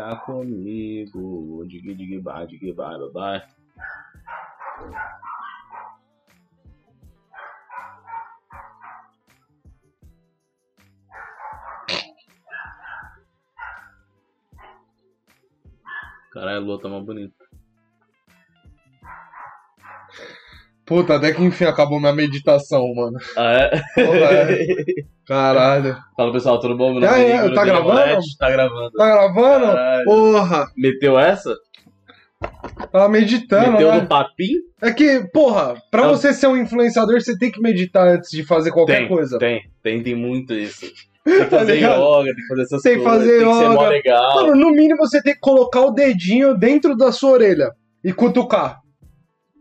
Tá comigo, dig dig ba dig ba ba ba. Caralho, a lua tá mais bonita. Puta, até que enfim acabou minha meditação, mano. Ah, é? Porra, é. Caralho. Fala pessoal, tudo bom? Meu Já é, Igor tá Daniel gravando? Moretti, Tá gravando. Tá gravando? Caralho. Porra, Meteu essa? tava meditando, Meteu né? no papinho? É que, porra, pra Não. você ser um influenciador, você tem que meditar antes de fazer qualquer tem, coisa. Tem, tem, tem muito isso. Tem que Tá fazer ligado? yoga, tem que fazer essas Tem que coisas. fazer tem que ser mó yoga. legal. Mano, no mínimo você tem que colocar o dedinho dentro da sua orelha e cutucar.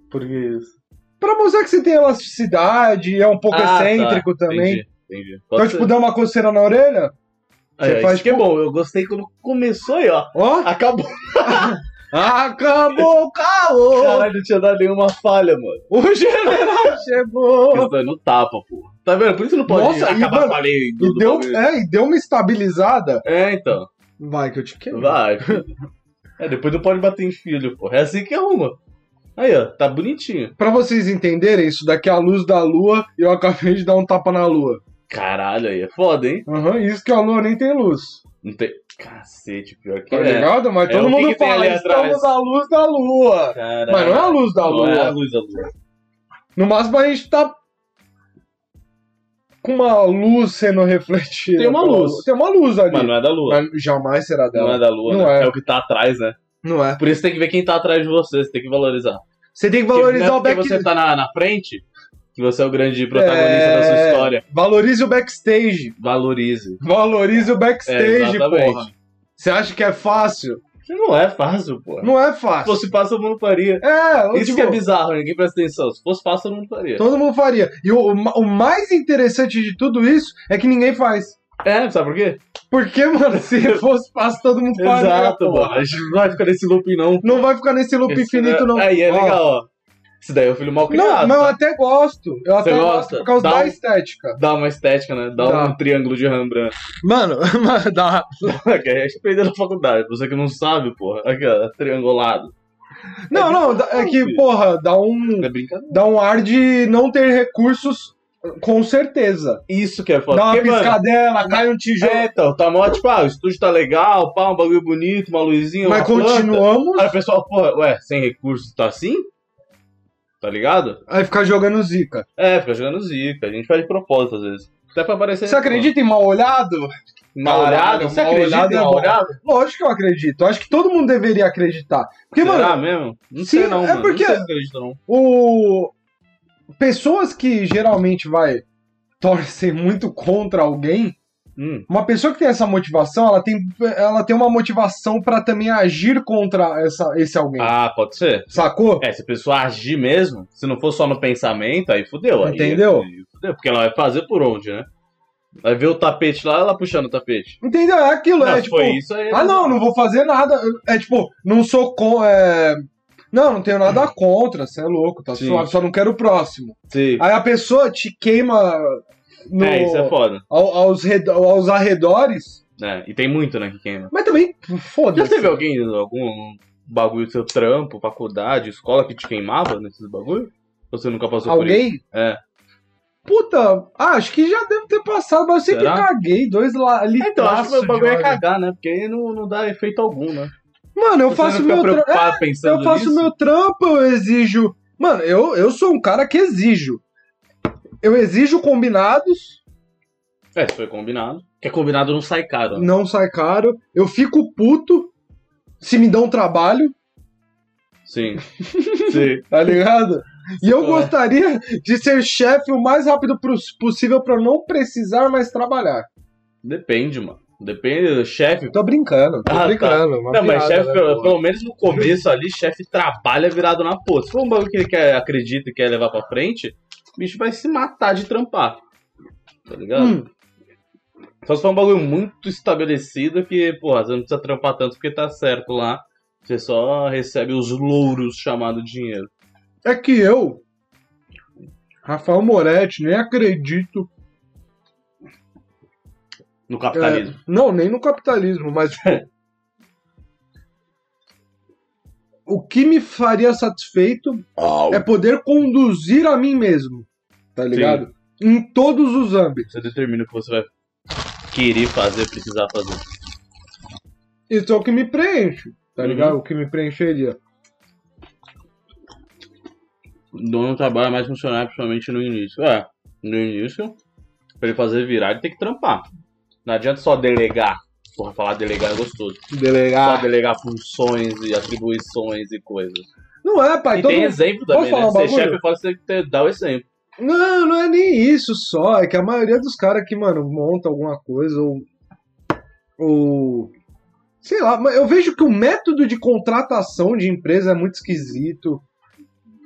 Por que isso? Pra mostrar que você tem elasticidade, é um pouco Ah, tá. excêntrico também. Entendi, entendi. Pode Então, ser. tipo, dá uma coceira na orelha, Aí, você ó, faz, isso que é bom, eu gostei quando começou aí, ó. ó, Acabou. acabou o caô! Ah. Caralho, não tinha dado nenhuma falha, mano. O general chegou! Isso aí não tapa, pô. Tá vendo? Por isso não pode Nossa, e, acabar mano, com a lei do- E do deu, bagulho. é, e deu uma estabilizada. É, então. Vai que eu te quero. Vai. filho. É, depois não pode bater em filho, pô. É assim que arruma. Aí, ó, tá bonitinho. Pra vocês entenderem, isso daqui é a luz da lua e eu acabei de dar um tapa na lua. Caralho, aí é foda, hein? Aham, isso que a lua nem tem luz. Não tem. Cacete, pior que Tá é. ligado? Mas É, todo o que mundo que tem fala, ali estamos atrás?" à luz da lua. Caralho. Mas não é a luz da Não é a lua. luz da lua. No máximo a gente tá com uma luz sendo refletida. Tem uma pela luz. Tem uma luz ali. Mas não é da lua. Mas jamais será Não é dela. da lua, Não né? é. o que tá atrás, né? Não é. Por isso tem que ver quem tá atrás de você, você tem que valorizar. Você tem que Porque valorizar não é o porque back... você tá na, na frente, que você é o grande protagonista da sua É. história. Valorize o backstage. Valorize. Valorize o É, backstage, exatamente. porra. Você acha que é fácil? Isso não é fácil, pô. Não é Se fácil. fosse fácil, eu não faria. É, Isso tipo, que é bizarro, ninguém presta atenção. Se fosse fácil, eu não faria. todo mundo faria. E o, o ma- o mais interessante de tudo isso é que ninguém faz. É, sabe por quê? Porque, mano, se fosse fácil, todo mundo faria. Exato, pô. mano. A gente não vai ficar nesse loop, não. Não vai ficar nesse loop Esse- infinito, não. Aí, é Ó, legal, ó. Isso daí é o filho mal Não, criado. mas eu até gosto. Eu Você até gosta? gosto por causa Dá da um- estética. Dá uma estética, né? Dá, Dá. um triângulo de Rembrandt. Mano, mano, dá. Que a gente perdeu na faculdade. Você que não sabe, porra. Aqui, ó. é Triangulado. Não, não, dá- é que, porra, dá um. Não é brincadeira. Dá um ar de não ter recursos, com certeza. Isso que é foda. Dá uma Porque, mano, piscadela, cai um tijolo. É, então, tá mó, tipo, ah, o estúdio tá legal, pá, um bagulho bonito, uma luzinha, mas uma planta. continuamos. Aí o pessoal, pô, ué, sem recurso, tá assim? Tá ligado? Aí fica jogando zica. É, fica jogando zica, a gente faz de propósito às vezes. Até pra aparecer... Você acredita em mal olhado? Mal olhado? Caralho, Você mal acredita olhado em é mal bom. olhado? Lógico que eu acredito. Acho que todo mundo deveria acreditar. Porque, Será mano, mesmo? Não Sim, sei não, é mano. Não porque- sei se eu acredito não. o. Pessoas que geralmente vai torcem muito contra alguém. Hum, Uma pessoa que tem essa motivação, ela tem, ela tem uma motivação pra também agir contra essa, esse alguém. Ah, pode ser. Sacou? É, se a pessoa agir mesmo, se não for só no pensamento, aí fudeu. aí- Entendeu? aí fudeu, porque ela vai fazer por onde, né? Vai ver o tapete lá, ela puxando o tapete. Entendeu? É aquilo, Não, é se tipo. foi isso aí. né? Ah, não, não vou fazer nada. É tipo, não sou com. é, Não, não tenho nada contra, você é louco, tá Sim. suave, só não quero o próximo. Sim. Aí a pessoa te queima no- É, isso é foda. ao- aos, redo- aos arredores, É, e tem muito, né, que queima. mas também, Já foda-se. teve alguém, algum bagulho do seu trampo, faculdade, escola que te queimava nesses bagulho? Ou Você nunca passou por isso? Alguém? É. Puta, ah, acho que já deve ter passado, mas eu sempre Será? caguei dois lá ali. É, Então, acho que o bagulho é cagar, né? Porque aí não, não dá efeito algum, né? Mano, eu Você faço não fica meu trampo. é, preocupado Eu pensando faço nisso? meu trampo, eu exijo. Mano, eu, eu sou um cara que exijo. Eu exijo combinados, É, isso foi combinado. Porque combinado não sai caro. né? não sai caro. Eu fico puto se me dão um trabalho, Sim. Sim. tá ligado? E eu Ué. gostaria de ser chefe o mais rápido pros- possível pra eu não precisar mais trabalhar. Depende, mano. Depende do chefe. Tô brincando, tô Ah, tá. brincando. uma Não, mas piada, chefe, né, pelo, porra? pelo menos no começo ali, chefe trabalha virado na porra. Se for um bagulho que ele quer, acredita e quer levar pra frente, o bicho vai se matar de trampar. Tá ligado? Hum, Só se for um bagulho muito estabelecido que, porra, você não precisa trampar tanto porque tá certo lá. Você só recebe os louros chamado dinheiro. é que eu, Rafael Moretti, nem acredito No capitalismo. É, não, nem no capitalismo, mas tipo, o que me faria satisfeito é poder conduzir a mim mesmo, tá ligado? Em todos os âmbitos. Você determina o que você vai querer fazer, precisar fazer. Isso é o que me preenche, tá Uhum. ligado? O que me preencheria. O dono trabalha mais funcionário, principalmente no início. É, no início, pra ele fazer virar, ele tem que trampar. Não adianta só delegar. Porra, falar delegar é gostoso. Só Delegar. delegar funções e atribuições e coisas. Não é, pai. e todo tem mundo- exemplo Posso também, né? falar um Ser bagulho? chefe, eu falo que você tem que ter- dar o exemplo. Não, não é nem isso só. É que a maioria dos caras que, mano, monta alguma coisa ou. Ou. Sei lá, mas eu vejo que o método de contratação de empresa é muito esquisito.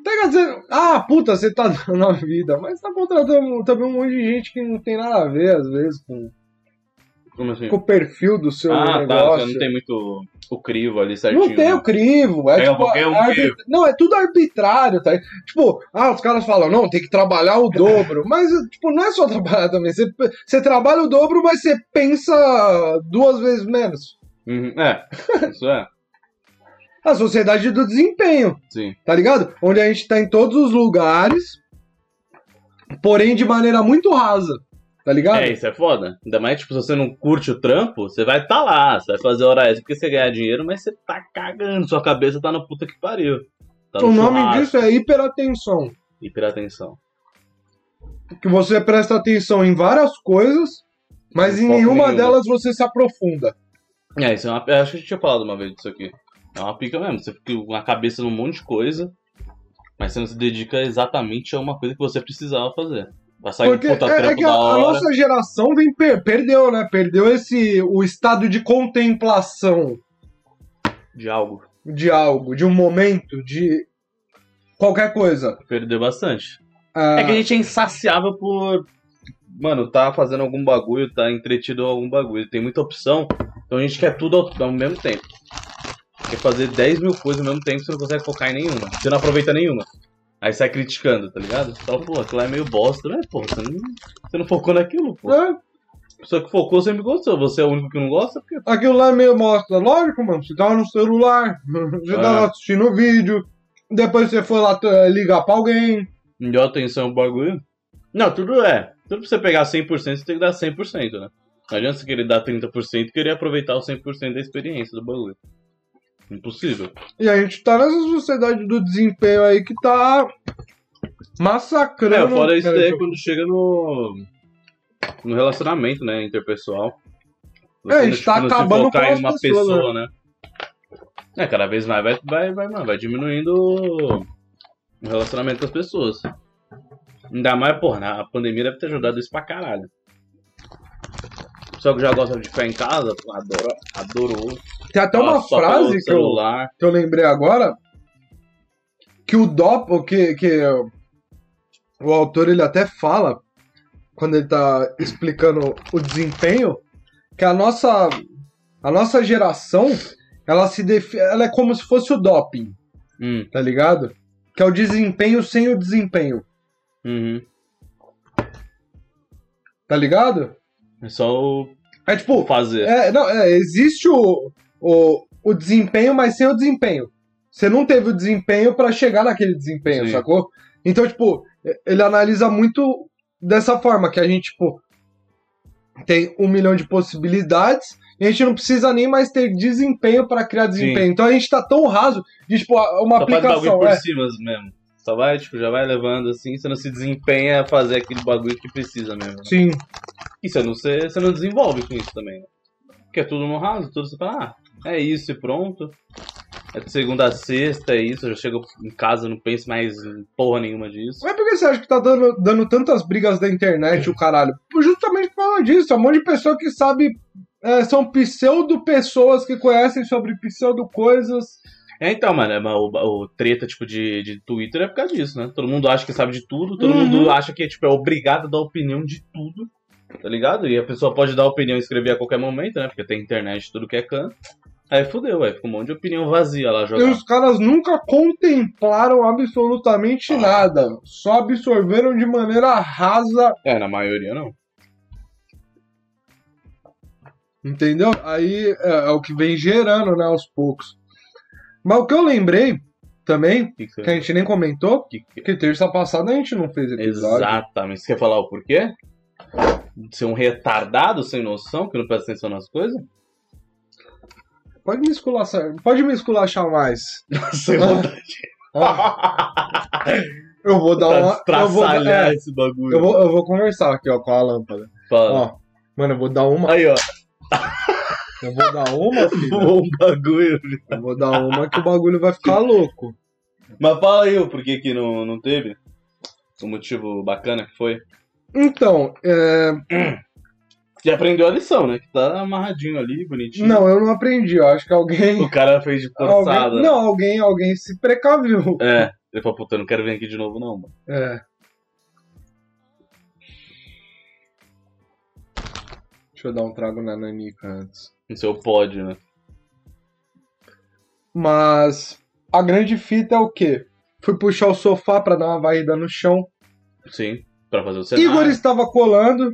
Tá dizendo, ah, puta, você tá dando a vida, mas tá contratando também um monte de gente que não tem nada a ver, às vezes, com, Como assim? com o perfil do seu Ah, tá. Você negócio. não tem muito o crivo ali certinho. Não tem o crivo. É, É, tipo, porque é um arbi- crivo. Não, é tudo arbitrário, tá? Tipo, ah, os caras falam, não, tem que trabalhar o dobro. mas, tipo, não é só trabalhar também. Você, você trabalha o dobro, mas você pensa duas vezes menos. Uhum, É, isso é. A sociedade do desempenho, Sim. tá ligado? Onde a gente tá em todos os lugares, porém de maneira muito rasa, tá ligado? É, isso é foda. Ainda mais, tipo, se você não curte o trampo, você vai tá lá, você vai fazer hora extra porque você ganha dinheiro, mas você tá cagando, sua cabeça tá na puta que pariu. Tá no o nome churrasco. disso é hiperatenção. Hiperatenção. Que você presta atenção em várias coisas, mas Não foca em em nenhuma nenhuma. delas você se aprofunda. É, isso é uma. eu Acho que a gente tinha falado uma vez disso aqui. É uma pica mesmo. Você fica com a cabeça num monte de coisa, mas você não se dedica exatamente a uma coisa que você precisava fazer. Passar em um Porque puta é, é trampo que a, da a hora. nossa geração vem per- perdeu, né? Perdeu esse o estado de contemplação De algo. de algo, de um momento, de qualquer coisa. Perdeu bastante. Ah, É que a gente é insaciável por. Mano, tá fazendo algum bagulho, tá entretido em algum bagulho. Tem muita opção. Então a gente quer tudo ao, ao mesmo tempo. Quer fazer 10 mil coisas ao mesmo tempo, você não consegue focar em nenhuma. Você não aproveita nenhuma. Aí sai criticando, tá ligado? Você fala, pô, aquilo lá é meio bosta, né? Pô, você não, você não focou naquilo, pô. né? A pessoa que focou sempre gostou. Você é o único que não gosta, porque. Aquilo lá é meio mostra. Lógico, mano, você tava no celular, você É. tava assistindo o vídeo, depois você foi lá eh, ligar pra alguém. Não deu atenção ao bagulho. Não, tudo é. Tudo pra você pegar 100%, você tem que dar 100%, né? Não adianta você querer dar 30% e querer aproveitar o 100% da experiência do bagulho. Impossível. E a gente tá nessa sociedade do desempenho aí que tá massacrando. né, É, fora isso Pera, daí deixa eu- quando chega no. no relacionamento, né? Interpessoal. É, a gente tá não se acabando focar com em as uma pessoas, pessoa, né? É, cada vez mais vai, vai, vai, mano, vai diminuindo o relacionamento com as pessoas. Ainda mais, porra, a pandemia deve ter ajudado isso pra caralho. Só que já gosta de ficar em casa, pô, adora, adorou. Tem até uma Só- só pelo frase que eu. celular. que eu lembrei agora que o Doppel, que, que o autor ele até fala quando ele tá explicando o desempenho que a nossa a nossa geração ela se defi- ela é como se fosse o doping, Hum, tá ligado? Que é o desempenho sem o desempenho, uhum. tá ligado? É só o É tipo, fazer. é, não, é, existe o, o, o desempenho, mas sem o desempenho. Você não teve o desempenho pra chegar naquele desempenho, Sim. sacou? Então, tipo, ele analisa muito dessa forma, que a gente, tipo, tem um milhão de possibilidades e a gente não precisa nem mais ter desempenho pra criar desempenho. Então a gente tá tão raso de, tipo, uma Só faz Tá bagulho aplicação. por é. cima mesmo. Só vai, tipo, já vai levando assim, você não se desempenha a fazer aquele bagulho que precisa mesmo. né? Sim. E você não, se, você não desenvolve com isso também, né? Porque é tudo no raso, tudo você fala, ah, é isso e pronto. É de segunda a sexta, é isso, eu já chego em casa, não penso mais em porra nenhuma disso. Mas por que você acha que tá dando, dando tantas brigas da internet, o caralho? Justamente por causa disso. É um monte de pessoa que sabe. é, são pseudo-pessoas que conhecem sobre pseudo-coisas. É, então, mano, é uma- o, o treta, tipo, de, de Twitter é por causa disso, né? Todo mundo acha que sabe de tudo, todo Uhum. mundo acha que, tipo, é obrigado a dar opinião de tudo, tá ligado? E a pessoa pode dar opinião e escrever a qualquer momento, né? Porque tem internet, tudo que é canto. Aí fudeu, aí fica um monte de opinião vazia lá E jogando. os caras nunca contemplaram absolutamente nada. Só absorveram de maneira rasa, É, na maioria não. entendeu? Aí é, é o que vem gerando, né, aos poucos. Mas o que eu lembrei também, Que que que você- a gente nem comentou, que que- que terça passada a gente não fez episódio. Exatamente. Você quer falar o porquê? De Ser um retardado sem noção, que não presta atenção nas coisas? Pode me esculachar, pode me esculachar mais. Sem vontade. Eu vou dar uma. Tá Eu vou, dar- Traçalhar é, esse bagulho. eu, vou, eu vou conversar aqui, ó, com a lâmpada. Fala. Ó, mano, eu vou dar uma. Aí, ó. Eu vou dar uma, filho. Voou um bagulho. Eu vou dar uma que o bagulho vai ficar louco. Mas fala aí o porquê que não, não teve. O motivo bacana que foi. Então, é, Você aprendeu a lição, né? Que tá amarradinho ali, bonitinho. não, eu não aprendi. Eu acho que alguém. O cara fez de forçada. alguém não, alguém, alguém se precaviu. É. Ele falou, puta, eu não quero vir aqui de novo, não, mano. É. Deixa eu dar um trago na nanica antes. No seu pódio, né? Mas a grande fita é o quê? Fui puxar o sofá pra dar uma varrida no chão. Sim. Pra fazer o cenário. Igor estava colando,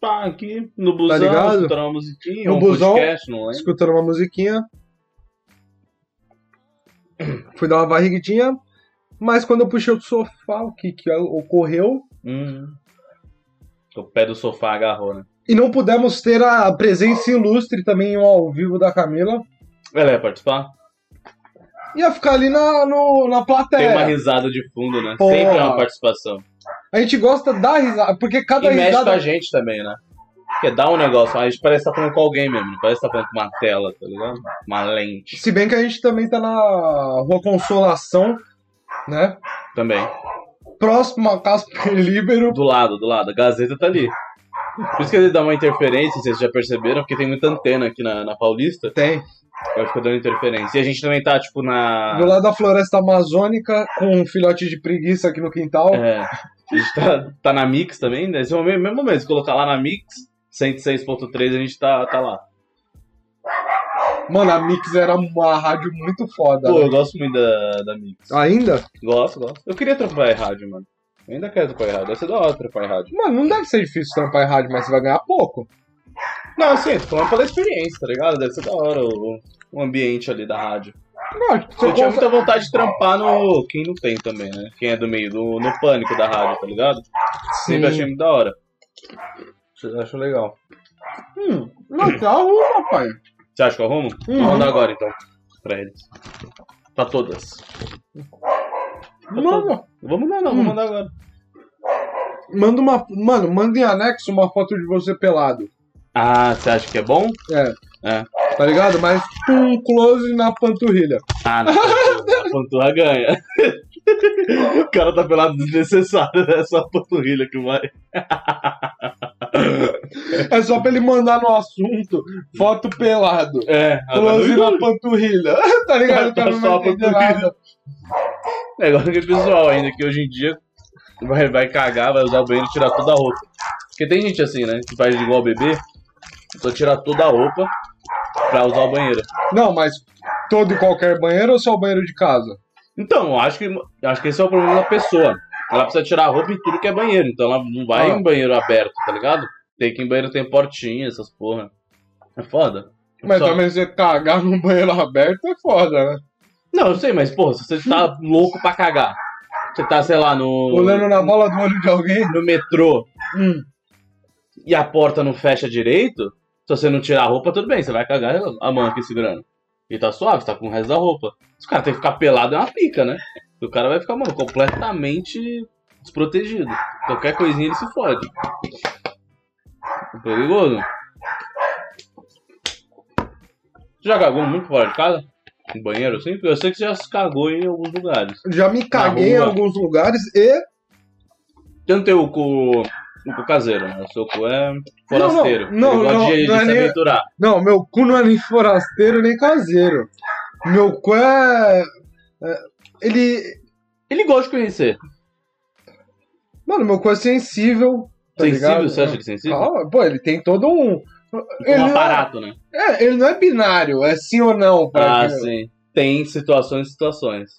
Pá, aqui no busão, ligado? escutando uma musiquinha, No um busão. podcast, não lembro. escutando uma musiquinha. Fui dar uma varridinha, mas quando eu puxei o sofá, o que que ocorreu? Uhum. O pé do sofá agarrou, né? E não pudemos ter a presença ilustre também ao vivo da Camila. Ela ia participar? Ia ficar ali na, no- na plateia. Tem uma risada de fundo, né? É. Porra. Sempre é uma participação. A gente gosta da risada, porque E cada mexe com risada. a gente também, né? Porque dá um negócio, a gente parece que tá falando com alguém mesmo, não parece que tá falando com uma tela, tá ligado? Uma lente Se bem que a gente também tá na Rua Consolação, né? também. Próximo a Casper Libero. Do lado, do lado, a Gazeta tá ali. Por isso que ele dá uma interferência, vocês já perceberam, porque tem muita antena aqui na, na Paulista, Tem. vai ficar dando interferência. E a gente também tá, tipo, Do na. lado da Floresta Amazônica, com um filhote de preguiça aqui no quintal. É, a gente tá, tá na Mix também, né? Esse é o mesmo mesmo momento, se colocar lá na Mix, 106.3, a gente tá, tá lá. Mano, a Mix era uma rádio muito foda. Pô, né? eu gosto muito da, da Mix. Ainda? Gosto, gosto. Eu queria trampar em rádio, mano. Eu ainda quero trampar em rádio. Deve ser da hora trampar em rádio. Mano, não deve ser difícil trampar em rádio, mas você vai ganhar pouco. Não, assim, tô falando pela experiência, tá ligado? Deve ser da hora o, o ambiente ali da rádio. Lógico, Eu tipo, você tinha consegue- muita vontade de trampar no. Quem não tem também, né? Quem é do meio, do, no pânico da rádio, tá ligado? Sim. Sempre achei muito da hora. Acho- Acho legal. Hum, mas tá ruim, rapaz. Você acha que eu arrumo? Uhum. Vou mandar agora então. Pra eles. Pra todas. Pra todas. Mano, Não Vou mandar não, vou Hum. mandar agora. manda uma. Mano, manda em anexo uma foto de você pelado. Ah, você acha que é bom? É. É. Tá ligado? Mas com um close na panturrilha. Ah, não. A panturra ganha. o cara tá pelado desnecessário, né? Só a panturrilha que vai. É só pra ele mandar no assunto foto pelado. É, Close na panturrilha. tá ligado? O cara não Só a vai entender panturrilha. nada. Negócio que é pessoal ainda, que hoje em dia vai, vai cagar, vai usar o banheiro e tirar toda a roupa. Porque tem gente assim, né? Que faz igual bebê, só tirar toda a roupa pra usar o banheiro. Não, mas todo e qualquer banheiro ou só o banheiro de casa? Então, eu acho que, eu acho que esse é o problema da pessoa. Ela precisa tirar a roupa em tudo que é banheiro. Então ela não vai Ah. em banheiro aberto, tá ligado? Tem que ir em banheiro tem portinha, essas porra. É foda. Mas Só- também você cagar num banheiro aberto é foda, né? Não, eu sei, mas, porra, se você tá louco pra cagar, você tá, sei lá, no. Olhando na bola do olho de alguém. no metrô Hum. e a porta não fecha direito, se você não tirar a roupa, tudo bem, você vai cagar a mão aqui segurando. E tá suave, tá com o resto da roupa. Se o cara tem que ficar pelado, é uma pica, né? E o cara vai ficar, mano, completamente desprotegido. Qualquer coisinha ele se fode. É perigoso. Você já cagou muito fora de casa? No banheiro, assim? Porque eu sei que você já se cagou em alguns lugares. Já me caguei em rua. alguns lugares e. Você não tem o cu, o cu caseiro, né? O seu cu é forasteiro. Não, não, Ele gosta não, de, de não é se nem- aventurar. Não, meu cu não é nem forasteiro nem caseiro. Meu cu é. é- Ele. Ele gosta de conhecer. Mano, meu cu é sensível. Tá sensível, ligado? você acha ele sensível? Calma, pô, ele tem todo um. Ele um não, é, aparato, né? é, ele não é binário, é sim ou não. pra Ah, que- sim. Tem situações e situações.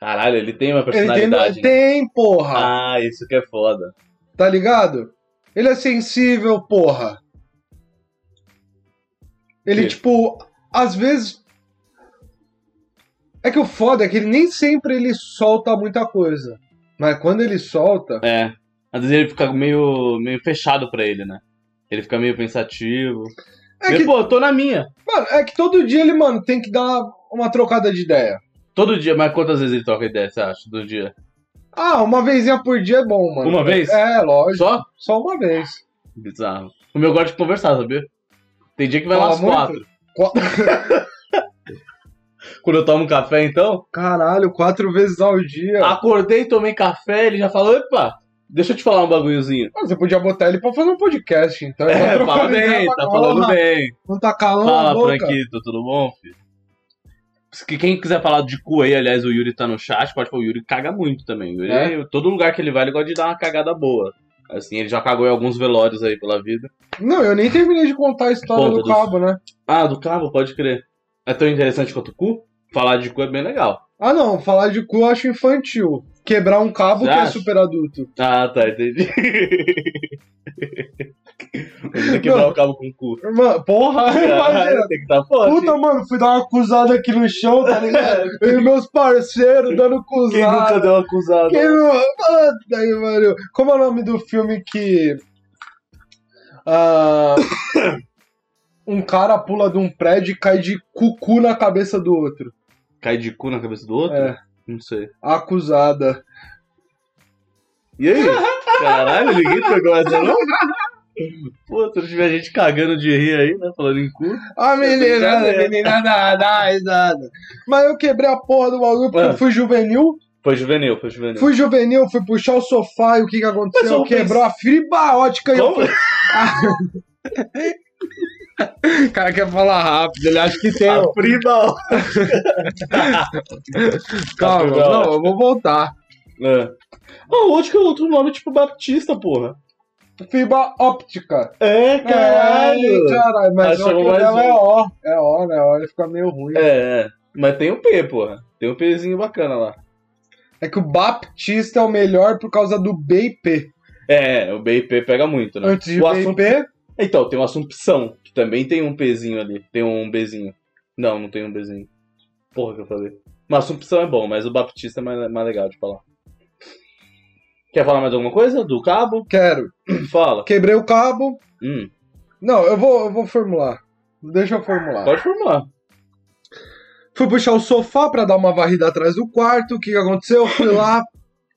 Caralho, ele tem uma Ele tem, personalidade. né? tem, porra. Ah, isso que é foda. Tá ligado? Ele é sensível, porra. Ele, Que? tipo, às vezes. É que o foda é que ele nem sempre ele solta muita coisa. Mas quando ele solta. É. Às vezes ele fica meio, meio fechado pra ele, né? Ele fica meio pensativo. É Meio, que, Pô, eu tô na minha. mano, é que todo dia ele, mano, tem que dar uma trocada de ideia. Todo dia, mas quantas vezes ele troca ideia, você acha? Do dia? Ah, uma vezinha por dia é bom, mano. Uma vez? É, lógico. Só? Só uma vez. Bizarro. O meu gosta de conversar, sabia? Tem dia que vai lá Fala às muito? quatro. Qua- Quando eu tomo café, então, Caralho, quatro vezes ao dia. Ah, acordei, tomei café, ele já falou, epa, deixa eu te falar um bagulhozinho. Ah, Você podia botar ele pra fazer um podcast, então. Ele É, trocando fala ideia bem, pra tá caralho. falando bem. Não tá calando a Fala, boca. Franquito, tudo bom, filho? Se que- Quem quiser falar de cu aí, aliás, o Yuri tá no chat, pode falar, o Yuri caga muito também. O Yuri, É? Todo lugar que ele vai, ele gosta de dar uma cagada boa. Assim, ele já cagou em alguns velórios aí pela vida. Não, eu nem terminei de contar a história Conta do do- cabo, né? Ah, do cabo, pode crer. É tão interessante quanto o cu? Falar de cu é bem legal. Ah, não, falar de cu eu acho infantil. Quebrar um cabo Você que é acha? super adulto. Ah, tá, entendi. Ele tem que quebrar Não. o cabo com o cu. Mano, porra, imagina. tem que estar forte. Puta, mano, fui dar uma acusada aqui no chão, tá ligado? Eu e meus parceiros dando acusada. Quem nunca deu uma acusada? Quem não... Puta que pariu. Como é o nome do filme que. ah, um cara pula de um prédio e cai de cucu na cabeça do outro. Cai de cu na cabeça do outro? É, Não sei. a acusada. E aí? Caralho, ninguém pegou essa, não? Pô, se não tiver gente cagando de rir aí, né? Falando em cu. A meninada, brincadeira. meninada, dá risada. né? Mas eu quebrei a porra do bagulho porque Ah. eu fui juvenil. Foi juvenil, foi juvenil. Fui juvenil, fui puxar o sofá e o que que Mas aconteceu? eu Quebrou a fibra ótica e eu Como? O cara quer falar rápido, ele acha que tem. A prima. Calma, Gabriel, não, eu vou voltar. É. Ah, hoje que é outro nome, tipo Baptista, porra. Fibra óptica. É, Ai, caralho. Caralho, mas Achou o que mais dela um. é ó. É ó, né? Ó, ele fica meio ruim. É, É, é. Mas tem o P, porra. Tem um Pzinho bacana lá. que o Baptista é o melhor por causa do B e P. É, o B e P pega muito, né? Antes de o B e assunto... P, Então, tem o assumpção, que também tem um Pzinho ali. Tem um Bzinho. Não, não tem um Bzinho. Porra que eu falei. Mas assumpção é bom, mas o Baptista é mais, mais legal de falar. Quer falar mais alguma coisa? Do cabo? quero. Fala. Quebrei o cabo. Hum, Não, eu vou, eu vou formular. Deixa eu formular. pode formular. Fui puxar o sofá pra dar uma varrida atrás do quarto. O que, que aconteceu? Fui lá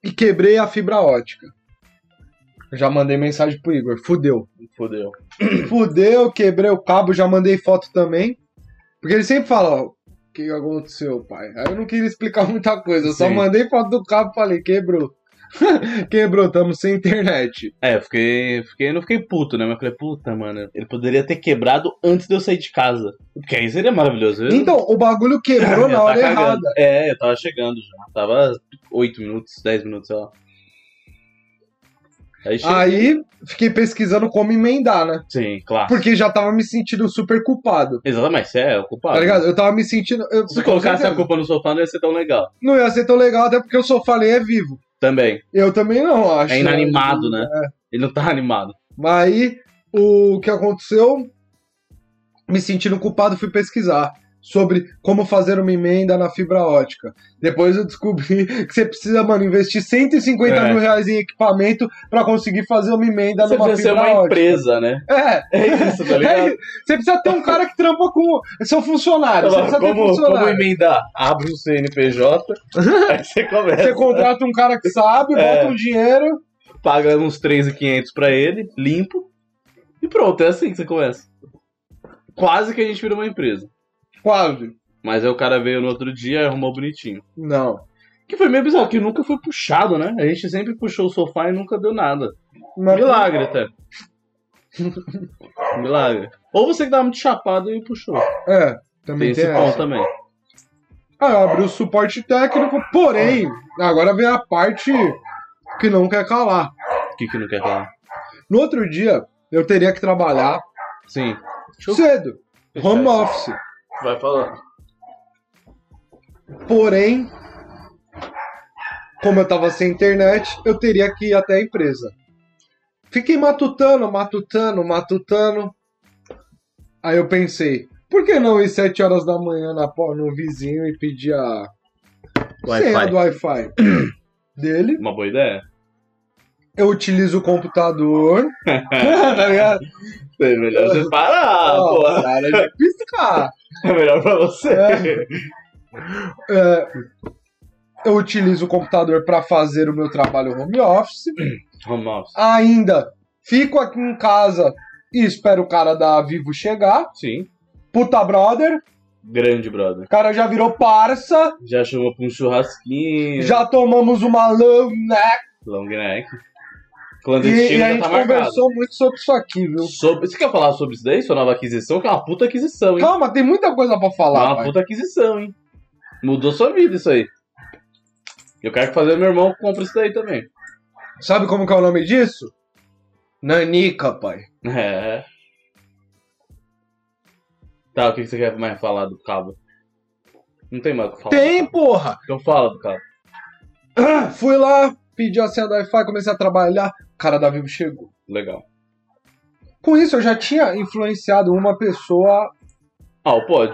e quebrei a fibra ótica. Já mandei mensagem pro Igor. Fudeu. Fudeu. Fudeu, quebrei o cabo, já mandei foto também. Porque ele sempre fala, ó, o que que aconteceu, pai? Aí eu não queria explicar muita coisa, eu só Sim. mandei foto do cabo e falei, quebrou. quebrou, tamo sem internet. É, eu fiquei, fiquei. Não fiquei puto, né? Mas eu falei, puta, mano. Ele poderia ter quebrado antes de eu sair de casa. Porque aí seria maravilhoso. Eu- Então, o bagulho Eu quebrou na tava hora Tá cagando. errada. É, eu tava chegando já. Tava 8 minutos, 10 minutos, sei lá. Aí cheguei. Aí, fiquei pesquisando como emendar, né? Sim, claro. Porque já tava me sentindo super culpado, Exatamente, você é o culpado. tá ligado? Eu tava me sentindo... eu- Se com colocasse certeza, a culpa no sofá, não ia ser tão legal. Não ia ser tão legal, até porque o sofá ali é vivo. Também. Eu também não, acho. É inanimado, né? Ele não tá animado. Mas aí, o que aconteceu? Me sentindo culpado, fui pesquisar sobre como fazer uma emenda na fibra ótica. Depois eu descobri que você precisa, mano, investir 150 É. mil reais em equipamento pra conseguir fazer uma emenda Você Tá numa precisa ser fibra uma ótica. empresa, né? É, É isso, tá ligado? É, você precisa ter um cara que trampa com seu funcionário. Você Como, precisa ter como, como funcionário. emendar? Abre um CNPJ, aí você começa. Você contrata um cara que sabe, É. bota um dinheiro. paga uns 3,500 pra ele, limpo, e pronto, é assim que você começa. Quase que a gente virou uma empresa. Quase. Mas aí o cara veio no outro dia e arrumou bonitinho. Não. Que foi meio bizarro, que nunca foi puxado, né? A gente sempre puxou o sofá e nunca deu nada. Mas- Milagre até. Milagre. Ou você que tava muito chapado e puxou. É, Tem também esse tem, essa. pau também. Aí Ah, eu abri o suporte técnico, porém, agora vem a parte que não quer calar. O que que não quer falar? No outro dia, eu teria que trabalhar Sim. Deixa eu- cedo, home Fechar office. isso. Vai falando. Porém, como eu tava sem internet, eu teria que ir até a empresa. Fiquei matutando, matutando, matutando. Aí eu pensei, por que não ir 7 horas da manhã na, po- no vizinho e pedir a, senha Wi-Fi. do Wi-Fi dele. Uma boa ideia. Eu utilizo o computador. tá ligado? É melhor você parar, Ó, porra. para de piscar. É melhor pra você. É, eu utilizo o computador para fazer o meu trabalho home office. Home office. Ainda fico aqui em casa e espero o cara da Vivo chegar. Sim. Puta brother, Grande, brother. o cara já virou parça. Já chamou pra um churrasquinho. Já tomamos uma long neck. Long neck. E, Clandestino e a já gente tá marcado. conversou muito sobre isso aqui, viu? Sobre... Você quer falar sobre isso daí? Sua nova aquisição? Que é uma puta aquisição, hein? Calma, tem muita coisa pra é falar. uma pai. puta aquisição, hein? Mudou sua vida isso aí. Eu quero fazer meu irmão compre isso daí também. Sabe como que é o nome disso? Nanica, pai. É. Tá, o que que você quer mais falar do cabo? Não tem mais o que falar. Tem, porra! Então fala do cabo. Fui lá, pedi a senha do Wi-Fi, comecei a trabalhar. O cara da Vivo chegou. Legal. Com isso, eu já tinha influenciado uma pessoa Ah, o pod?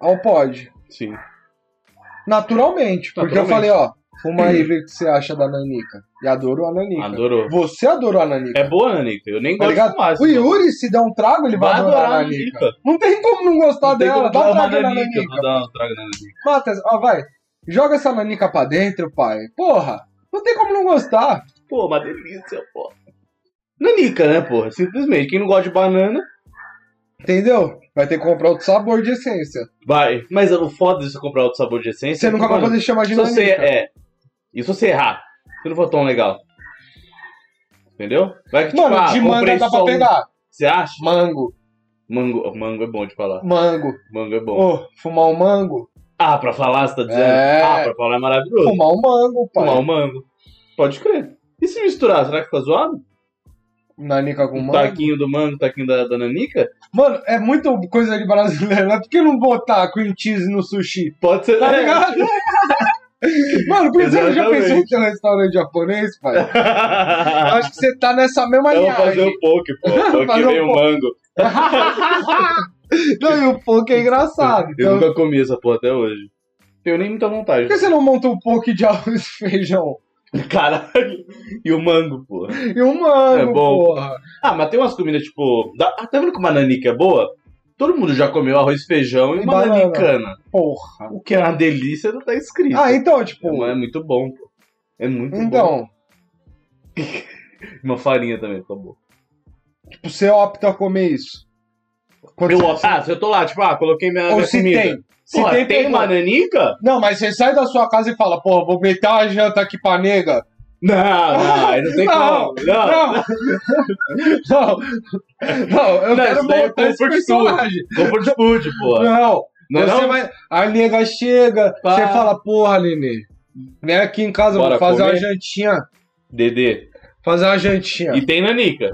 ao pod. Sim. Naturalmente. Porque eu Naturalmente. falei, ó, fuma aí, vê o que você acha da Nanica. E adoro a Nanica. Adorou. Você adorou a Nanica. É boa, Nanica. Eu nem Tá gosto ligado? mais. O Yuri, se der um trago, ele vai, adorar, a Nanica. Não tem como não gostar Não tem dela. como Dá um dar uma trago na Nanica. Nanica. Vou dar um trago na Nanica. Matheus, ó, vai. Joga essa Nanica pra dentro, pai. Porra, não tem como não gostar. Pô, uma delícia, pô. Nanica, né, porra? Simplesmente. Quem não gosta de banana, Entendeu? Vai ter que comprar outro sabor de essência. vai. Mas o foda de você comprar outro sabor de essência. Você nunca vai mano, poder chamar de Se você Nanica. é. E se você errar? Se não for tão legal. Entendeu? Vai que Mano, tipo, ah, de comprei manga dá só pra um. pegar. Você acha? Mango, Mango, mango é bom de falar. mango. Mango é bom. Ô, fumar um mango. Ah, pra falar, você tá dizendo? É. Ah, pra falar é maravilhoso. Fumar um mango, pai. Tomar um mango. Pode crer. E se misturar, será que fica zoado? Nanica com Um mango. taquinho do mango, taquinho da, da nanica? Mano, é muita coisa de brasileiro, né? Por que não botar cream cheese no sushi? Pode ser. né? Tá ligado? Mano, por exemplo, já Exatamente. pensou em ter um restaurante japonês, pai? Acho que você tá nessa mesma Eu vou linhagem. fazer o poke, pô. Poke Fazer o veio o poke. mango. Não, e o poke é engraçado. Eu Então, nunca comi essa porra até hoje. Tenho nem muita vontade. por que você não monta um poke de arroz e feijão? Caralho. E o mango, pô. E um mango, É bom. porra. Ah, mas tem umas comidas tipo. da- Ah, tá vendo que uma nanica é boa? Todo mundo já comeu arroz, feijão e, E uma banana. nanicana. Porra. O que é uma delícia não tá escrito. Ah, então, tipo. Pô, mas é muito bom, pô. É muito bom. Então, Uma farinha também, tá bom. tipo, você opta a comer isso. Quando Eu, você- ah, se eu tô lá, tipo, ah, coloquei minha, Ou minha se comida. tem. Se Porra, tem, tem pegou. uma nanica? Não, mas você sai da sua casa e fala, porra, vou meter uma janta aqui pra nega. Não, não, aí não tem Não, como. Não, Não! Não! Não, eu Não, quero isso daí é montar esse comfort personagem. comfort food, porra. Não! Não é você não? vai. A nega chega, Pá. você fala, porra, Aline, vem aqui em casa, Bora vou fazer comer? uma jantinha. Dedê. Fazer uma jantinha. E tem nanica.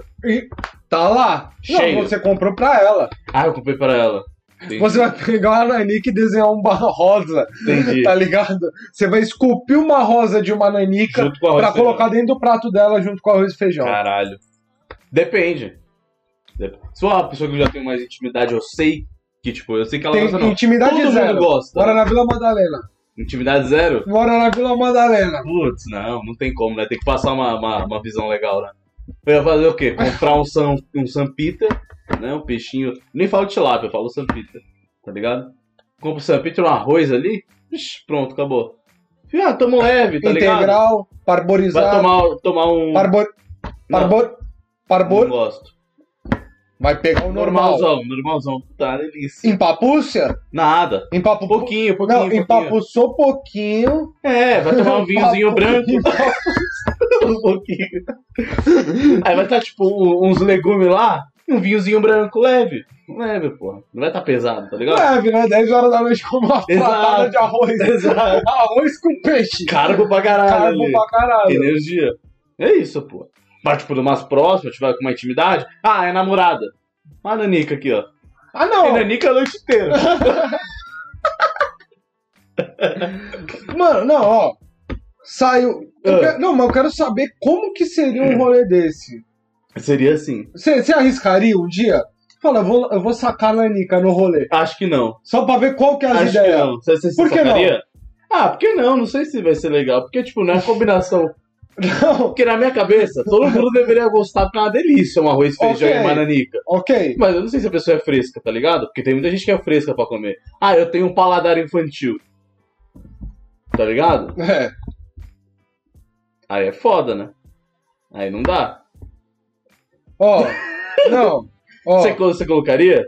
Tá lá. Cheio. Não, você comprou pra ela. Ah, eu comprei pra ela. Entendi. Você vai pegar uma nanica e desenhar um barro rosa, Entendi. tá ligado? Você vai esculpir uma rosa de uma nanica Junto com arroz pra e feijão. colocar dentro do prato dela junto com arroz e feijão. Caralho. Depende. Dep- Se for uma pessoa que eu já tenho mais intimidade, eu sei que, tipo, eu sei que ela Tem gosta, não. intimidade Todo mundo zero. gosta. Bora na Vila Madalena. Intimidade zero? Bora na Vila Madalena. Putz, não, não tem como, né? Tem que passar uma, uma, uma visão legal, né? Eu ia fazer o quê? Comprar um Sam, um Sam Peter, né? Um peixinho. Nem falo tilápia, eu falo Sam Peter, tá ligado? Compro o Sam Peter, um arroz ali, ixi, pronto, acabou. Ah, tamo leve, tá ligado? Integral, Vai parborizado. tomar, tomar um. Parbor. Não. Parbor. Não Parbor. gosto. Vai pegar É o normal. Normalzão, normalzão. Tá, delícia. Empapúcia? Nada. Um Empapu... pouquinho, um pouquinho. Não, um pouquinho. empapuçou pouquinho. É, vai tomar um vinhozinho branco. Empapu- um pouquinho. Aí vai estar, tipo, um- uns legumes lá e um vinhozinho branco leve. Leve, porra. Não vai estar pesado, tá ligado? Leve, né? 10 horas da noite com uma pratada de arroz. Exato. Arroz com peixe. Carbo pra caralho. Carbo ali. pra caralho. Energia. É isso, pô. Mas, tipo, umas próximas, tiver com uma intimidade. Ah, é namorada. Olha a Nanica aqui, ó. Ah, É não. Nanica a noite inteira. Mano, não, ó. Saiu. Eu Ah. quero- Não, mas eu quero saber como que seria um rolê desse. Seria assim. Você você arriscaria um dia? Fala, eu vou, eu vou sacar a Nanica no rolê. Acho que não. Só pra ver qual que é as Acho que ideias. não. Você, você, Por que sacaria? Ah, por que não? Não sei se vai ser legal. Porque, tipo, não é uma combinação. Não, Porque na minha cabeça, todo mundo deveria gostar, porque é uma delícia um arroz, feijão Ok. e mananica. ok. Mas eu não sei se a pessoa é fresca, tá ligado? Porque tem muita gente que é fresca pra comer. Ah, eu tenho um paladar infantil. Tá ligado? É. Aí é foda, né? Aí não dá. Ó, não. Ó, Você, colo- você colocaria?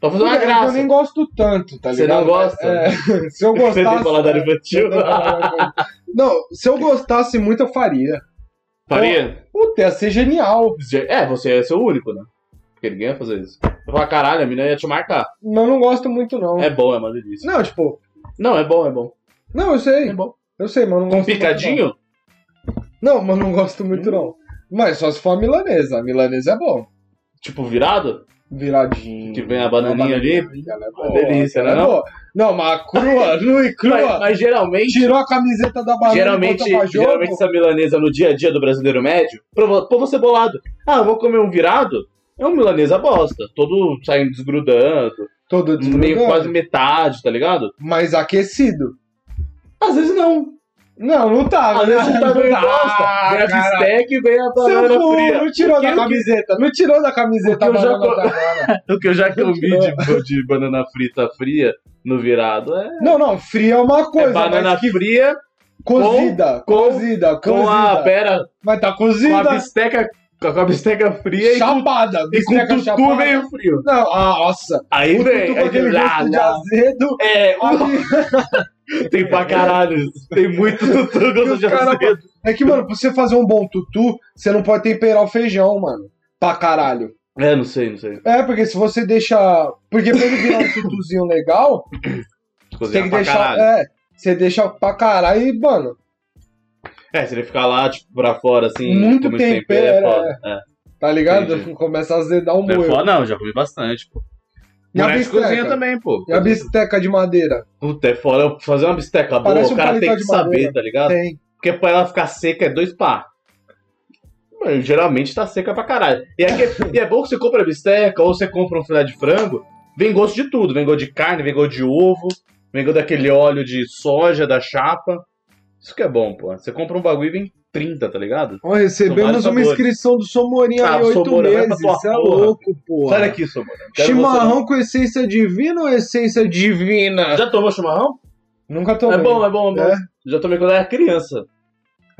Pra fazer uma é que eu graça. nem gosto tanto, tá Você ligado? não gosta? É, se eu Você tem paladar gostasse. infantil? Não, se eu gostasse muito, eu faria. Faria? Puta, ia ser genial. É, você ia ser o único, né? Porque ninguém ia fazer isso. Eu falar, caralho, a mina ia te marcar. Mas eu não gosto muito, não. É bom, é uma delícia. Não, tipo, Não, é bom, é bom. não, eu É sei. bom. Eu sei, mas eu não Com um gosto. muito, picadinho? não. não, mas eu não gosto muito, não. Mas só se for a milanesa. A milanesa é bom. Tipo, virado? Viradinho. Que vem a bananinha ali. Ela é Uma boa, delícia, ela né, é não? boa. Não, mas crua, nua e Mas, crua. mas geralmente, Tirou a camiseta da banana geralmente, e botou pra jogo. geralmente essa milanesa no dia a dia do brasileiro médio, provo- pô, você bolado. Ah, eu vou comer um virado? É um milanesa bosta. Todo saindo desgrudando, Todo meio desgrudando. quase metade, tá ligado? Mas aquecido. Às vezes não. Não, não tava. Às né? vezes você tá Não meio tava, bosta. Vem a cara. bistec, vem a Seu banana cu, fria. não tirou da Porque eu- camiseta. Não tirou da camiseta a Porque eu já banana tô- da banana. O que eu já comi de, de banana frita fria no virado é, Não, não. Fria é uma é coisa. banana mas que fria cozida, com- cozida, com a cozida. pera Mas tá com a cozida. bisteca, com a bisteca fria e com, Chapada. e com bisteca tutu chapada. meio frio. Não, ah, nossa. Aí O vem, tutu com aí aquele vem é lá, gosto de lá. azedo. É, Aqui- tem pra caralho. isso. Tem muito tutu E gosto os de cara- azedo. É que, mano, pra você fazer um bom tutu, você não pode temperar o feijão, mano. Pra caralho. É, não sei, não sei. É, porque se você deixa. Porque pra ele virar um tutuzinho legal, você tem Cozinhar que pra deixar. caralho. É, você deixa pra caralho e, mano. É, se ele ficar lá, tipo, pra fora, assim, Muito com tempero, é é. foda. É. Tá ligado? Entendi. Começa a azedar o Não é molho. foda, não, já comi bastante, pô. E a Moleque cozinha bisteca? também, pô. E a bisteca de madeira? Puta, é foda. Eu Fazer uma bisteca boa, Parece um o cara tem paletó que de saber, madeira. tá ligado? Tem. Porque pra ela ficar seca é dois par. Mas geralmente tá seca pra caralho. E é, que- e é bom que você compra bisteca ou você compra um filé de frango, vem gosto de tudo. Vem gosto de carne, vem gosto de ovo, vem gosto daquele óleo de soja da chapa. Isso que é bom, pô. Você compra um bagulho e vem 30, tá ligado? Ó, recebemos vários uma sabores. inscrição do Somorinha Ah, aí oito Somorinha, vai pra meses. tua Você é porra. louco, porra. Sai daqui, seu mano. Quero Chimarrão com essência divina ou essência divina? você- Ah, Já tomou chimarrão? Nunca tomei. É bom, é bom, é bom. É? Já tomei quando eu era criança.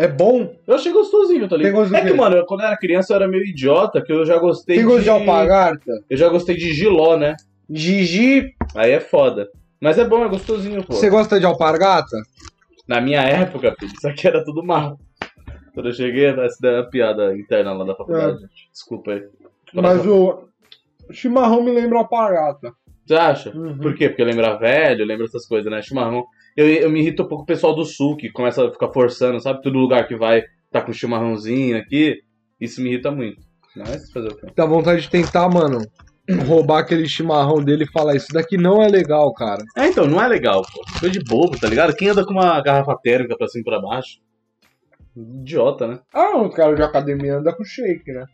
É bom? Eu achei gostosinho, tá Tem ligado? gosto do É que, quê? mano, eu- quando eu era criança eu era meio idiota, que eu já gostei Tem gosto de de alpagarta? Eu já gostei de giló, né? Gigi, Aí é foda. Mas é bom, é gostosinho, pô. você gosta de alpargata? Na minha época, filho, isso aqui era tudo mal. Quando eu cheguei, essa daí é uma piada interna lá da faculdade. gente. Desculpa aí. É. Mas o chimarrão me lembra alpargata. Você acha? Por quê? Porque lembra velho, lembra essas coisas, né? Chimarrão. Eu, eu me irrito um pouco com o pessoal do sul, que começa a ficar forçando, sabe? Todo lugar que vai tá com chimarrãozinho aqui. Isso me irrita muito. Mas fazer o quê? Dá vontade de tentar, mano, roubar aquele chimarrão dele e falar isso daqui não é legal, cara. É, então, não é legal, pô. Coisa de bobo, tá ligado? Quem anda com uma garrafa térmica pra cima e pra baixo? Idiota, né? Ah, o cara de academia anda com shake, né?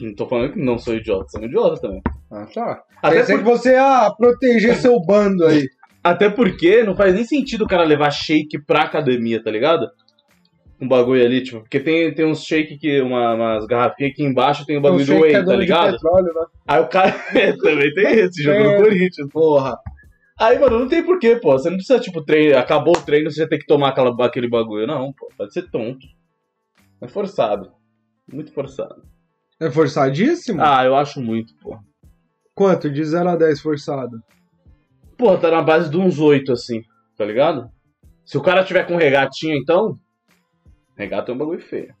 Não tô falando que não sou idiota, sou um idiota também. Ah, tá. Até, Pensei por- que você ia proteger seu bando aí. até porque não faz nem sentido o cara levar shake pra academia, tá ligado? Um bagulho ali, tipo, porque tem, tem uns shake que, uma, umas garrafinhas aqui embaixo tem o bagulho Shake do whey, é tá dono de ligado? petróleo, né? Aí o cara é, também tem esse, jogo Tem no esse. Corinthians. Porra. Aí, mano, não tem porquê, pô. Você não precisa, tipo, treino, acabou o treino, você já tem que tomar aquela, aquele bagulho. Não, pô, pode ser tonto. É forçado. Muito forçado. É forçadíssimo? Ah, eu acho muito, pô. Quanto? De 0 a 10 forçado. Pô, tá na base de uns oito, assim, tá ligado? Se o cara tiver com regatinha, então. Regata é um bagulho feio.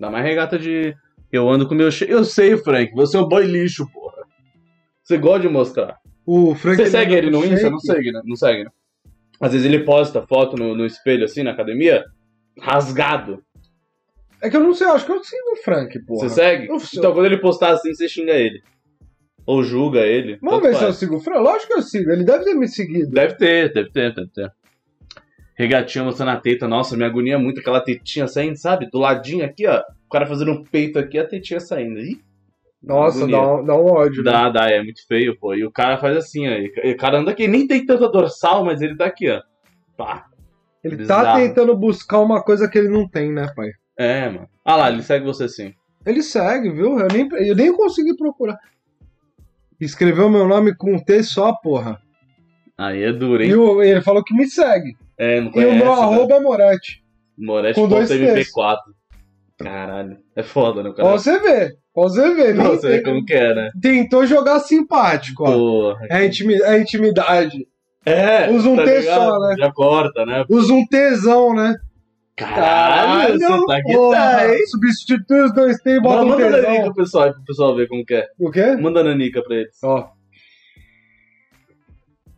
Dá mais regata de. Eu ando com meu. che- Eu sei, Frank, você é um boy lixo, porra. Você gosta de mostrar. O Frank Você segue anda ele com no Insta? shake? Não segue, né? Não segue, né? Às vezes ele posta foto no, no espelho, assim, na academia, rasgado. É que eu não sei, eu acho que eu sigo o Frank, porra. Você segue? Ufa, então quando ele postar assim, você xinga ele. Ou julga ele. tanto Vamos ver se eu faz. sigo o Fran. Lógico que eu sigo, ele deve ter me seguido. Deve ter, deve ter, deve ter. Regatinha mostrando a teta, nossa, me agonia é muito aquela tetinha saindo, sabe? Do ladinho aqui, ó. O cara fazendo um peito aqui, a tetinha saindo. Ih, Nossa, agonia. dá um, dá um ódio. né? Dá, dá, é muito feio, pô. E o cara faz assim, ó. E o cara anda aqui, nem tem tanta dorsal, mas ele tá aqui, ó. Pá. Ele tá Bizarro. tentando buscar uma coisa que ele não tem, né, pai? É, mano. Ah lá, ele segue você sim. Ele segue, viu? Eu nem, eu nem consegui procurar. Escreveu meu nome com um T só, porra. Aí é duro, hein? E o- ele falou que me segue. É, não E o conhece. meu né? arroba é Moretti. Moretti com dois ponto MP4. Caralho. É foda, né, o cara? Ó, você vê. Ó, você vê. Não Nem- sei como que é, né? Tentou jogar simpático, ó. Porra. É, intimi- é intimidade. É. Usa um tá T ligado? só, né? Já corta, né? Usa um tesão, né? Caralho, você tá que tá, porra. hein? Substitui os dois T e bota Manda, um manda nanica tesão. pro pessoal aí, pro pessoal ver como que é. O quê? Manda nanica pra eles. Ó.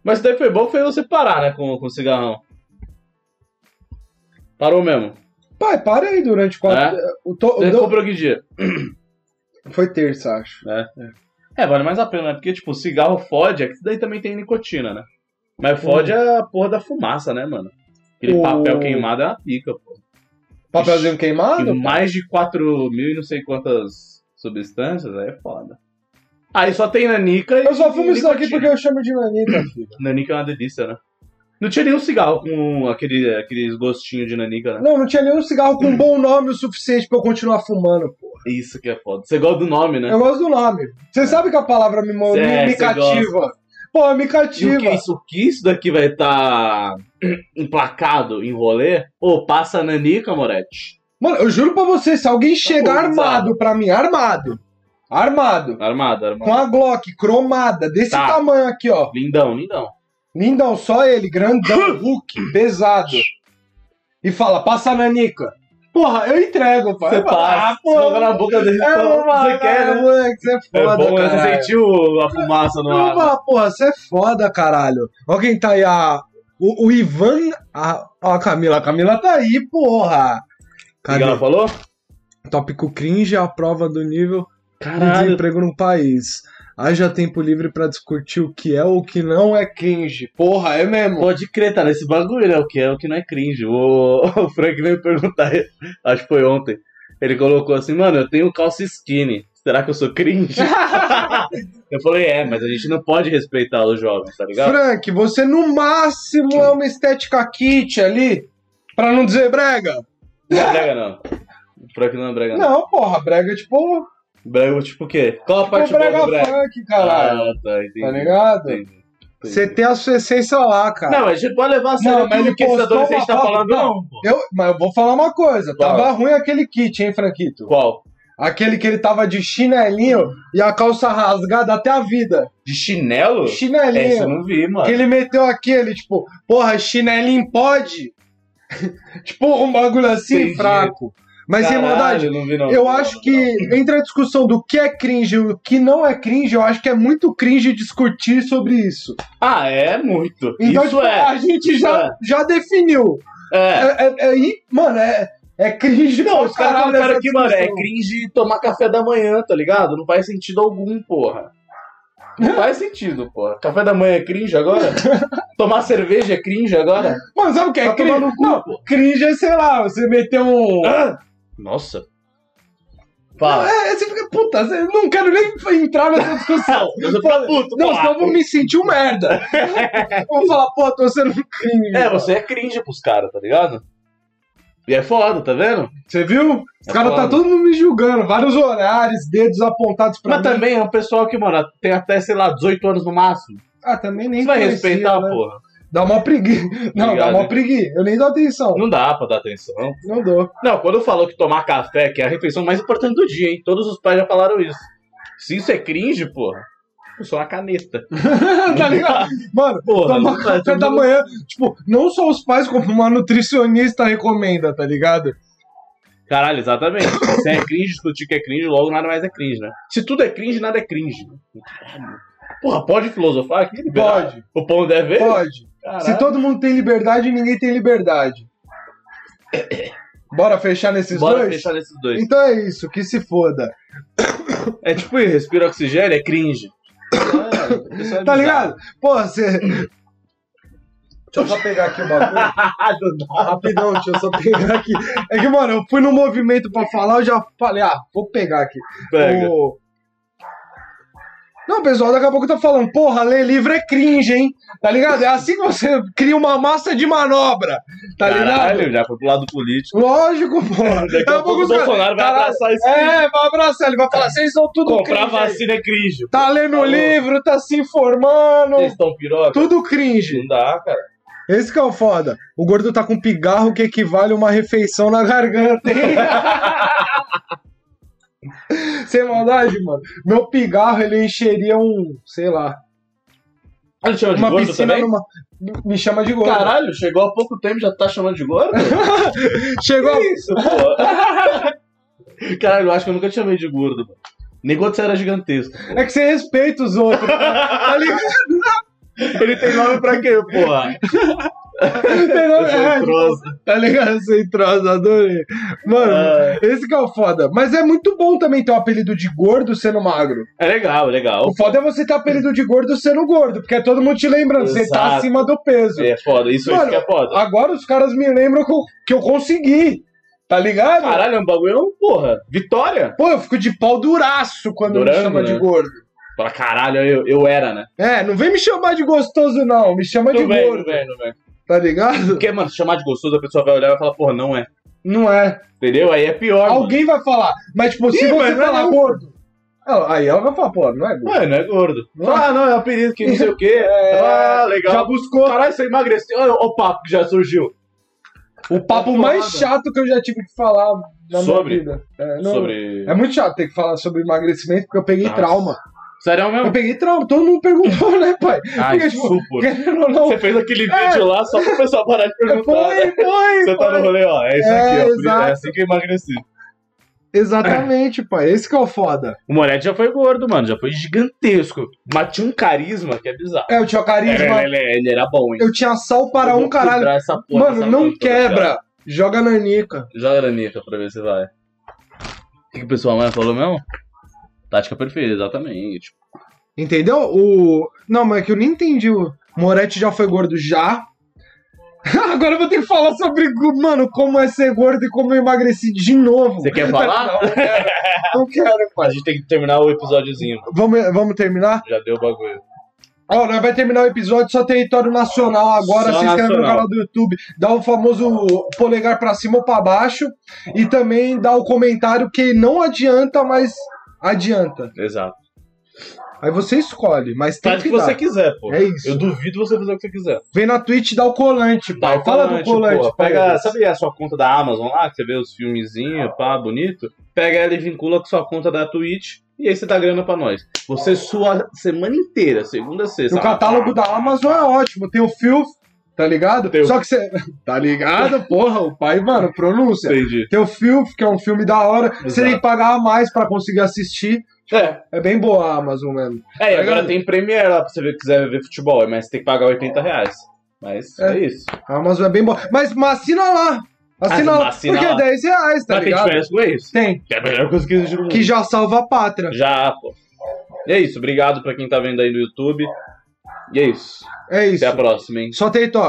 Mas isso daí foi bom que foi você parar, né, com, com o cigarrão. Parou mesmo. Pai, para aí durante quatro... O to- É? Você não- comprou que dia? Foi terça, acho. É, vale mais a pena, né? Porque, tipo, cigarro fode, é que isso daí também tem nicotina, né? Hum. Mas fode é a porra da fumaça, né, mano? Aquele O- papel queimado é uma pica, pô. Papelzinho E queimado? mais de 4 mil e não sei quantas substâncias, aí é foda. Aí só tem nanica e. Eu só fumo isso aqui nicotina. porque eu chamo de nanita, filho. Nanica é uma delícia, né? Não tinha nenhum cigarro com aquele, aqueles gostinhos de nanica, né? Não, não tinha nenhum cigarro com um bom nome o suficiente pra eu continuar fumando, pô. Isso que é foda. Você gosta do nome, né? Eu gosto do nome. Você sabe que a palavra me, mo- Cê- me, me cê cativa. Pô, me E o que cativa. é isso? O que isso daqui vai estar emplacado em rolê? Ô, passa a nanica, Moretti. Mano, eu juro pra você, se alguém chegar bom, armado pra mim, armado, armado, Armado, com armado. a Glock cromada, desse Tá. tamanho aqui, ó. Lindão, lindão. Lindão, só ele, grandão, Hulk, pesado. E fala, passa a nanica. Porra, eu entrego, pai. Você Eu falo, passa, pô, joga na boca dele, é, fala, mano, você quer, né? moleque, você é É foda, bom, né? caralho. você sentiu a fumaça no Não, ar. mas, porra, você é foda, caralho. Olha quem tá aí, a, o, o Ivan. A, ó, a Camila. A Camila tá aí, porra. Cadê? Legal, falou? Tópico cringe é a prova do nível de Caralho. desemprego no país. Haja tempo livre pra discutir o que é ou o que não é cringe. Porra, é mesmo. Pode crer, tá nesse bagulho, né? O que é o que não é cringe. O, o Frank veio perguntar, acho que foi ontem. Ele colocou assim, mano, eu tenho calça skinny. Será que eu sou cringe? eu falei, é, mas a gente não pode respeitar os jovens, tá ligado? Frank, você no máximo é uma estética kit ali, pra não dizer brega. Não é brega, não. O Frank não é brega, não. Não, porra, brega é tipo. Brega, tipo o quê? Qual a Tipo parte boa brega do brega? funk, caralho. Ah, tá, entendi. tá ligado? Entendi, entendi. Você tem a sua essência lá, cara. Não, mas a gente pode levar a sério Não, mais ele do que esse postou adolescente uma tá foto- falando, não. pô. Eu, mas eu vou falar uma coisa. Fala. Tava ruim aquele kit, hein, Franquito? Qual? Aquele que ele tava de chinelinho e a calça rasgada até a vida. De chinelo? Essa eu Chinelinho. É, não vi, mano. que ele meteu aquele, tipo, porra, chinelinho pode? tipo, um bagulho assim Entendi. fraco. Mas sem Caralho, maldade, não vi, não. eu Não, acho não, que entre a discussão do que é cringe e o que não é cringe, eu acho que é muito cringe discutir sobre isso. Ah, é muito. Então, Isso tipo, é. a gente Isso já, já definiu. É. É, é, é, e, mano, é, é cringe. Não, pra os caras caralho colocaram essa aqui, mano, é discussão. cringe tomar café da manhã, tá ligado? Não faz sentido algum, porra. Não faz sentido, porra. Café da manhã é cringe agora? tomar cerveja é cringe agora? Mano, sabe o que é Tá cringe? tomando no cu, Não, pô. cringe é, sei lá, você meter um. Nossa. Não, Fala. é, você fica, puta, você- não quero nem entrar nessa discussão. Eu sou pra puto, é não, porra. senão eu vou me sentir um merda. vou falar, pô, tô sendo um cringe. É, você é cringe pros caras, tá ligado? E é foda, tá vendo? Você viu? Os É caras tá foda. todo mundo me julgando, vários horários, dedos apontados pra Mas mim. também é um pessoal que, mano, tem até, sei lá, 18 anos no máximo. Ah, também nem Você vai conhecia, respeitar, Tá né? porra. Dá uma preguiça. Não, dá Obrigado, uma hein? preguiça. Eu nem dou atenção. Não dá pra dar atenção. Não dou. Não, quando falou que tomar café, que é a refeição mais importante do dia, hein? Todos os pais já falaram isso. Se isso é cringe, porra, eu sou uma caneta. tá ligado? Mano, Porra, tomar não- café da manhã. Tipo, não só os pais, como uma nutricionista recomenda, tá ligado? Caralho, exatamente. Se é cringe, discutir que é cringe, logo nada mais é cringe, né? Se tudo é cringe, nada é cringe. Caralho. Porra, pode filosofar aqui? liberado? Pode, O pão deve ver? pode. Se todo mundo tem liberdade, ninguém tem liberdade. Bora fechar nesses Bora dois? fechar nesses dois. Então é isso, que se foda. É tipo, isso, respira oxigênio, é cringe. Caralho, isso é bizarro. Tá ligado? Pô, você. Deixa eu só pegar aqui o bagulho. Do nada. Rapidão, deixa eu só pegar aqui. É que, mano, eu fui no movimento pra falar, eu já falei, ah, vou pegar aqui. Pega. O- Não, pessoal, daqui a pouco tá falando, porra, ler livro é cringe, hein? Tá ligado? É assim que você cria uma massa de manobra, tá ligado? Caralho, já foi pro lado político. Lógico, porra. Daqui a pouco o os caras- Bolsonaro vai Tá Caralho, abraçar isso. É, vai abraçar, ele vai falar, vocês são tudo Comprar cringe. aí." vacina é cringe. Tá lendo Falou. livro, tá se informando, Vocês estão piroca? tudo cringe. Não dá, cara. Esse que é o foda. O gordo tá com pigarro que equivale a uma refeição na garganta, hein? Sem maldade, mano. Meu pigarro, ele encheria um, sei lá, Ah, Ele chama de uma gordo piscina também? numa... Me chama de gordo. Caralho, chegou há pouco tempo já tá chamando de gordo? Chegou... Que isso, pô? Caralho, eu acho que eu nunca te chamei de gordo. mano. Nem quando você era gigantesco. É que você respeita os outros. tá ligado? Ele tem nome pra quê, porra? Eu sou um É, troço. Tá ligado? Sem troço, adorei. Mano, Ai. esse que é o foda. Mas é muito bom também ter o apelido de gordo sendo magro. É legal, é legal. O foda é você ter apelido de gordo sendo gordo, porque é todo mundo te lembrando, você tá Exato. acima do peso. É foda, isso, isso Mano, que é foda. Agora os caras me lembram que eu, que eu consegui, tá ligado? Caralho, é um bagulho, não, porra. Vitória! Pô, eu fico de pau duraço quando me Durango, chama de né? gordo. Pra caralho, eu, eu era, né? É, não vem me chamar de gostoso, não. Me chama de Tudo bem, gordo, tudo bem, tudo bem. tá ligado? Porque, mano, se chamar de gostoso, a pessoa vai olhar e vai falar, porra, não é. Não é. Entendeu? Aí é pior. Alguém vai falar, mas tipo, se Ih, você mas não é falar não. gordo. ela- aí ela vai falar, pô, não é gordo. Mano. Mano, é gordo. Não. Ah, não, é um apelido que não sei o quê. Ah, legal. Já buscou. Caralho, você emagreceu. Olha o papo que já surgiu. Tá O papo mais chato que eu já tive que falar na é Sobre? minha vida. É, não- Sobre. é muito chato ter que falar sobre emagrecimento porque eu peguei Nossa. trauma. Sério é Eu mesmo? peguei trauma, todo mundo perguntou, né, pai? Ai, é Porque, tipo, supor. Querendo ou não. Você fez aquele É. vídeo lá só pra pessoal parar de perguntar. né? Foi, foi, Você tá foi. no rolê, ó. É isso É, aqui, ó. Por isso- exato. É assim que eu emagreci. Exatamente, pai. Esse que é o foda. O Moretti já foi gordo, mano. Já foi gigantesco. Mas tinha um carisma que é bizarro. É, eu tinha carisma. Ele, ele- ele era bom, hein? Eu tinha sal para Eu vou um caralho. quebrar essa porra, Mano, essa não porra toda, cara. quebra. Joga na Nica. Joga na Nica pra ver se vai. O que, que o pessoal mais falou mesmo? Tática perfeita, exatamente. Entendeu? O. Não, mas é que eu nem entendi. O Moretti já foi gordo já. Agora eu vou ter que falar sobre, go- mano, como é ser gordo e como eu emagreci de novo. Você quer falar? Não quero, não quero pai. A gente tem que terminar o episódiozinho. Vamos, vamos terminar? Já deu o bagulho. Ó, nós vai terminar o episódio só território nacional agora. Só se inscreve no nacional. canal do YouTube, dá o famoso polegar pra cima ou pra baixo. E também dá o comentário que não adianta, mas adianta. Exato. Aí você escolhe, mas tem Faz o que, que você dar. quiser, pô. É isso. Eu duvido você fazer o que você quiser. Vem na Twitch e dá o colante, pai. Dá o Fala do colante. porra. pra Pega, eles. sabe a sua conta da Amazon lá, que você vê os filmezinhos, pá, bonito? Pega ela e vincula com sua conta da Twitch e aí você dá grana pra nós. Você sua semana inteira, segunda a sexta. O catálogo da Amazon é ótimo. Tem o Filth, tá ligado? Tem o- Só que você. Tá ligado? Porra, o pai, mano, pronúncia. Entendi. Tem o Filth, que é um filme da hora. Você tem que pagar mais pra conseguir assistir. É, É bem boa a Amazon mesmo. É, e Tá agora ligado? tem Premiere lá pra você ver, quiser ver futebol, é, mas você tem que pagar 80 reais. Mas é, isso. A Amazon é bem boa. Mas, mas assina lá. Assina Ah, lá. assina porque lá. é 10 reais, tá mas tem ligado? diferença com isso. Tem. Que é a melhor coisa que existe no mundo. Que já salva a pátria. Já, pô. E é isso. Obrigado pra quem tá vendo aí no YouTube. E é isso. É isso. Até a próxima, hein? Só território.